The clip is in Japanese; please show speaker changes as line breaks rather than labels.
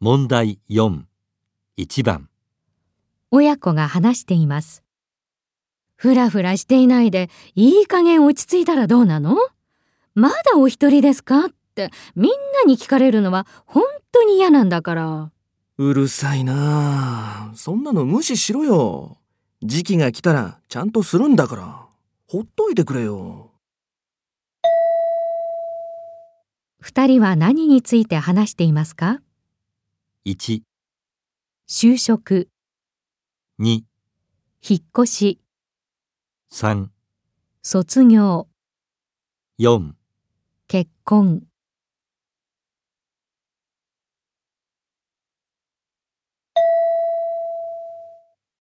問題4、1番、
親子が話しています。ふらふらしていないで、いい加減落ち着いたらどうなのまだお一人ですかって、みんなに聞かれるのは本当に嫌なんだから。
うるさいなあそんなの無視しろよ時期が来たらちゃんとするんだからほっといてくれよ
二人は何について話していますか
1、
就職、
2、
引っ越し、
3、
卒業、
4
結婚。